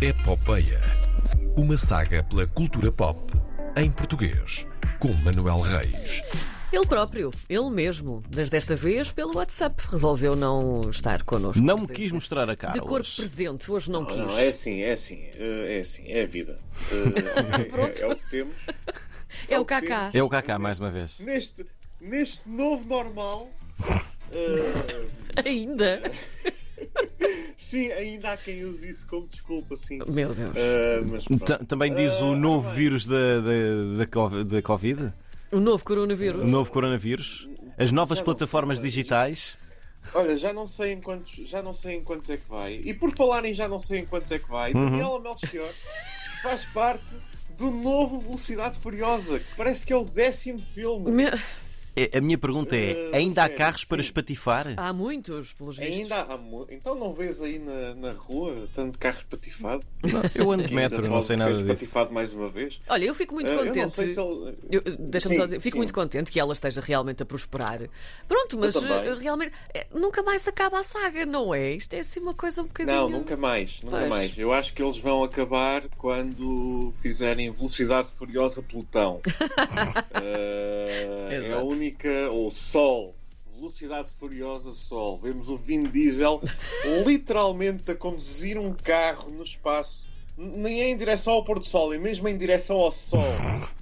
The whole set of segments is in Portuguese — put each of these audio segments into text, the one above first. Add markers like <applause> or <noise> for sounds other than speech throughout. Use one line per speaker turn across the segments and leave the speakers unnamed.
Epopeia. É Uma saga pela cultura pop em português, com Manuel Reis.
Ele próprio, ele mesmo, mas desta vez pelo WhatsApp, resolveu não estar connosco.
Não me quis mostrar a cara.
De corpo
hoje.
presente, hoje não
Não,
quis.
é assim, é assim, eh, é assim, é a vida.
<laughs>
Eh, ok, é, é o que temos.
É o Kaká.
É o Kaká, mais uma vez.
Neste, neste novo normal,
<laughs>
eh,
Ainda.
sim, ainda há quem use isso como desculpa, sim.
Meu Deus.
Eh, mas pronto.
Ta- Também diz o
Ah,
novo
bem.
vírus da, da, da Cov- da Covid,
O novo
o
coronavírus.
novo coronavírus, as novas
Já não sei,
plataformas
mas-
digitais.
Olha, já não, sei em quantos, já não sei em quantos é que vai. E por falarem já não sei em quantos é que vai,
Uhum.
Daniela Melchior faz parte do novo Velocidade Furiosa, que parece que é o décimo filme.
Me-
É, A minha pergunta é:
Eh,
ainda há
sério,
carros para
sim.
espatifar?
Há muitos, pelos vistos.
Ainda há mu- Então não vês aí na, na rua tanto carro patifado?
Eu ando de metro, não sei nada disso.
patifado mais uma vez?
Olha, eu fico muito
Ah,
contente.
Eu não sei se ele...
Eu- Deixa-me
Sim,
só dizer, fico
sim.
muito contente que ela esteja realmente a prosperar. Pronto, mas
também.
eh, realmente eh, nunca mais acaba a saga, não é? Isto é assim uma coisa um bocadinho.
Não, nunca mais, nunca
Pois.
mais. Eu acho que eles vão acabar quando fizerem Velocidade Furiosa <laughs> Plutão. Ah, é a
Exato.
única, ou Sol. Velocidade Furiosa Sol. Vemos o Vin Diesel literalmente a conduzir um carro no espaço. N- Nem é em direção ao pôr do sol, é mesmo em direção ao sol.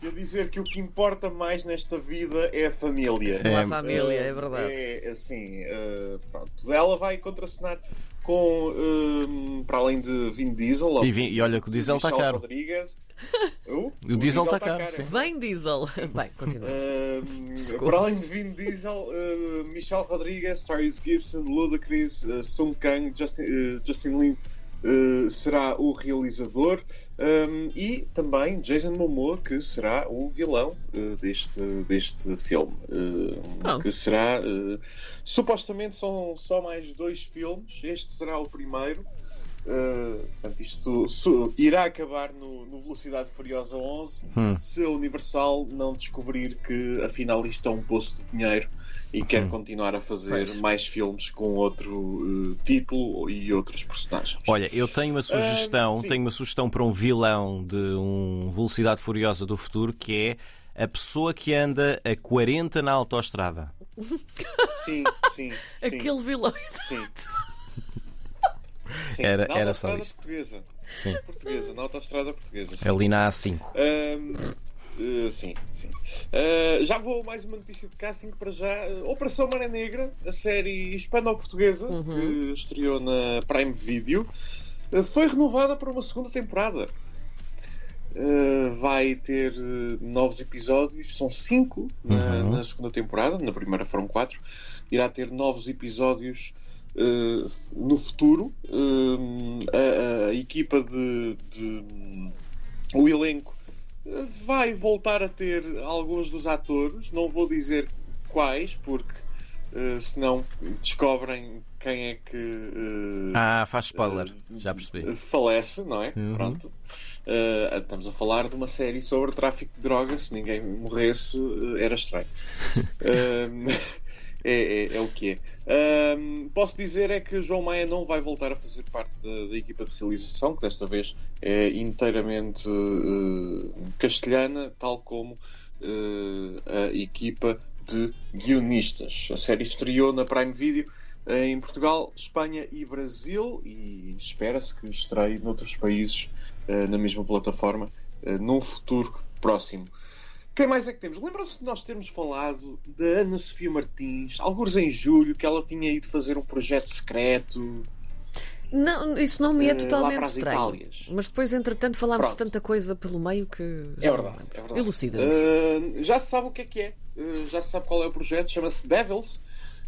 E a dizer que o que importa mais nesta vida é a família.
Não há
É,
família, é
Ah,
verdade.
É assim, ah, pronto. Ela vai contracenar com, ah, para além de Vin Diesel,
E, vim- e olha que o diesel está
Michelle
caro. <laughs>
Rodrigues. Uh,
diesel está caro, sim.
Vem diesel. <laughs> Bem, continua.
eh, Ah,
Socorro.
para além de Vin Diesel, ah, Michelle Rodrigues, Tyrese Gibson, Ludacris, ah, Sung Kang, Justin, ah, Justin Lin ah, será o realizador ah, e também Jason Momoa que será o vilão ah, deste, deste filme ah,
Pronto.
que será ah, supostamente são só mais dois filmes este será o primeiro Uh, portanto, isto su- irá acabar no, no Velocidade Furiosa 11
Hum.
se a Universal não descobrir que afinal isto é um poço de dinheiro e quer continuar a fazer
Hum. Pois.
mais filmes com outro uh, título e outros personagens.
Olha, eu tenho uma sugestão,
sim.
tenho uma sugestão para um vilão de um Velocidade Furiosa do Futuro que é a pessoa que anda a 40 na autoestrada.
Sim, sim, sim.
Aquele vilão. <laughs>
sim, sim.
Era-
na
era só
autoestrada
isto.
portuguesa.
Sim.
Portuguesa, na autoestrada portuguesa. sim.
Ali na A5.
Ahm, eh, sim, sim. Ah, já vou a mais uma notícia de casting para já. Operação Maré Negra, a série hispano-portuguesa que estreou na Prime Video, eh, foi renovada para uma segunda temporada. Eh, vai ter eh, novos episódios, são cinco na,
Uhum.
na segunda temporada, na primeira foram quatro. Irá ter novos episódios eh, f- no futuro. Hum, a, a equipa de, de- o elenco eh, vai voltar a ter alguns dos atores, não vou dizer quais, porque eh, senão descobrem quem é que eh,
Ah, faz spoiler. Já percebi.
falece, não é?
Uhum.
Pronto. Eh, estamos a falar de uma série sobre tráfico de drogas. Se ninguém morresse, eh, era estranho. Ahm, <laughs> é, é- é o que é. Ahm, posso dizer é que João Maia não vai voltar a fazer parte da, da equipa de realização, que desta vez é inteiramente eh, castelhana, tal como eh, a equipa de guionistas. A série estreou na Prime Video eh, em Portugal, Espanha e Brasil e espera-se que estreie noutros países eh, na mesma plataforma eh, num futuro próximo. Quem mais é que temos? Lembram-se de nós termos falado da Ana Sofia Martins, alguns em julho, que ela tinha ido fazer um projeto secreto
Não, isso não me é
eh, lá
totalmente
para as
estranho.
Itálias.
Mas depois, entretanto, falámos de
Pronto.
tanta coisa pelo meio que. já
É
não
verdade,
lembro.
é verdade.
Elucida-nos.
Ah, já se sabe o que é que é, Ah, já se sabe qual é o projeto, chama-se Devils.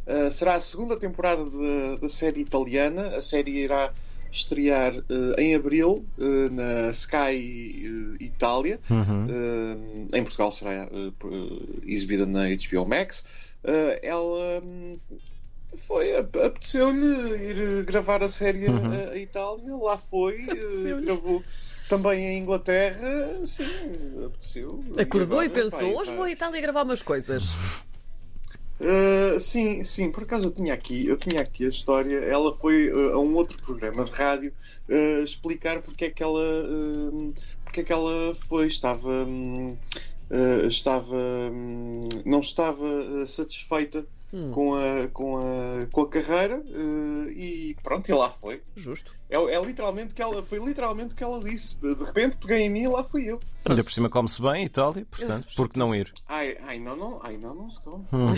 Ah, será a segunda temporada da- da série italiana. A série irá estrear ah, em abril ah, na Sky ah, Itália.
Uhum.
Uh, em Portugal será uh, por- uh, exibida na HBO Max. Uh, ela hum, foi, ap- apeteceu-lhe ir uh, gravar a série a-
Uhum.
a, Itália, lá foi, uh,
Apeteceu-lhe.
gravou também em Inglaterra, sim, apeteceu.
Acordou e
Gravar,
pensou:
Eh, pá,
hoje
pá. <laughs>
vou à Itália gravar umas coisas.
Uh, sim, sim, por acaso eu tinha aqui, eu tinha aqui a história. Ela foi uh, a um outro programa de rádio uh, explicar porque é que ela, porque é que ela foi, estava, hum, uh, estava, hum, não estava uh, satisfeita
Hum.
com, a, com, a, com a carreira uh, e pronto, e lá foi.
Justo.
É, é literalmente o que ela, foi literalmente o que ela disse. De repente peguei em mim e lá fui eu.
Ainda por cima come-se bem, Itália, portanto, por que não ir?
Ai, ai, não, não, ai, não, não se come.
Hum.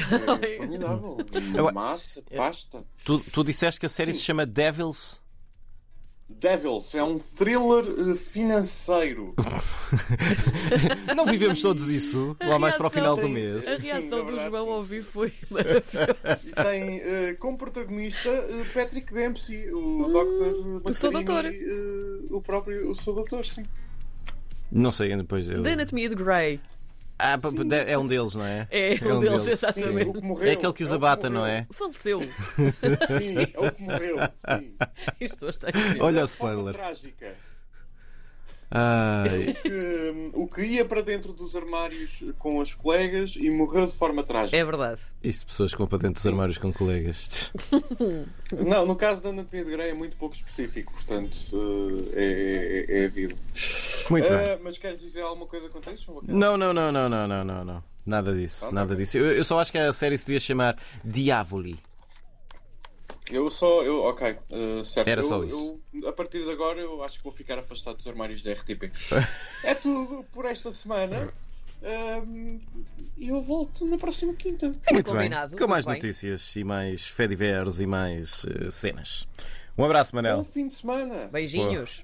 <laughs>
É formidável. Massa,
é-
pasta.
Tu, tu disseste que a série se chama Devils.
Devils é um thriller eh,
<laughs>
financeiro.
Não vivemos todos
<laughs>
isso, lá mais para o final do mês.
A
Sim,
reação
na
do
verdade,
João
sim.
ao vivo foi maravilhosa. <laughs>
E tem eh, como protagonista eh, Patrick Dempsey, o
Hum,
Dr. Baccarini,
sou doutor.
eh, o próprio o seu
<laughs>
doutor, sim.
Não sei, depois eu.
The Anatomy de Grey.
Ah, pa- pa- de- é um deles, não é?
É, um deles, exatamente.
Sim,
Sim.
o que morreu,
é aquele que
é
usa
o que
bata,
morreu.
não é?
<laughs>
Faleceu.
Sim, é o que morreu. Sim.
Isto hoje tem.
Olha
Da
o
forma
spoiler.
Trágica.
Ai,
Que, hum, o que ia para dentro dos armários com as colegas e morreu de forma trágica.
É verdade.
isto de pessoas que vão para dentro dos armários com colegas. <laughs>
Não, no caso da Anatomia de Grey é muito pouco específico, portanto eh, é, é, é a vida.
Muito
Eh,
bem.
mas queres dizer alguma coisa quanto a isso? João Bacalhau?
Não, não, não, não, não, não, não, não. Nada disso,
Pronto,
nada
ok.
disso. Eu, eu só acho que a série se devia chamar Diavoli.
Eu só. Eu, ok, eh, certo.
Era
Eu-
só isso.
eu- a partir de agora eu acho que vou ficar afastado dos armários da
<laughs>
RTP. é tudo por esta semana. Ahm, E eu volto na próxima quinta.
Muito bem.
combinado,
Com mais
muito bem.
notícias e mais fediveres e mais eh, cenas. Um abraço, Manel.
Bom fim de semana!
Beijinhos.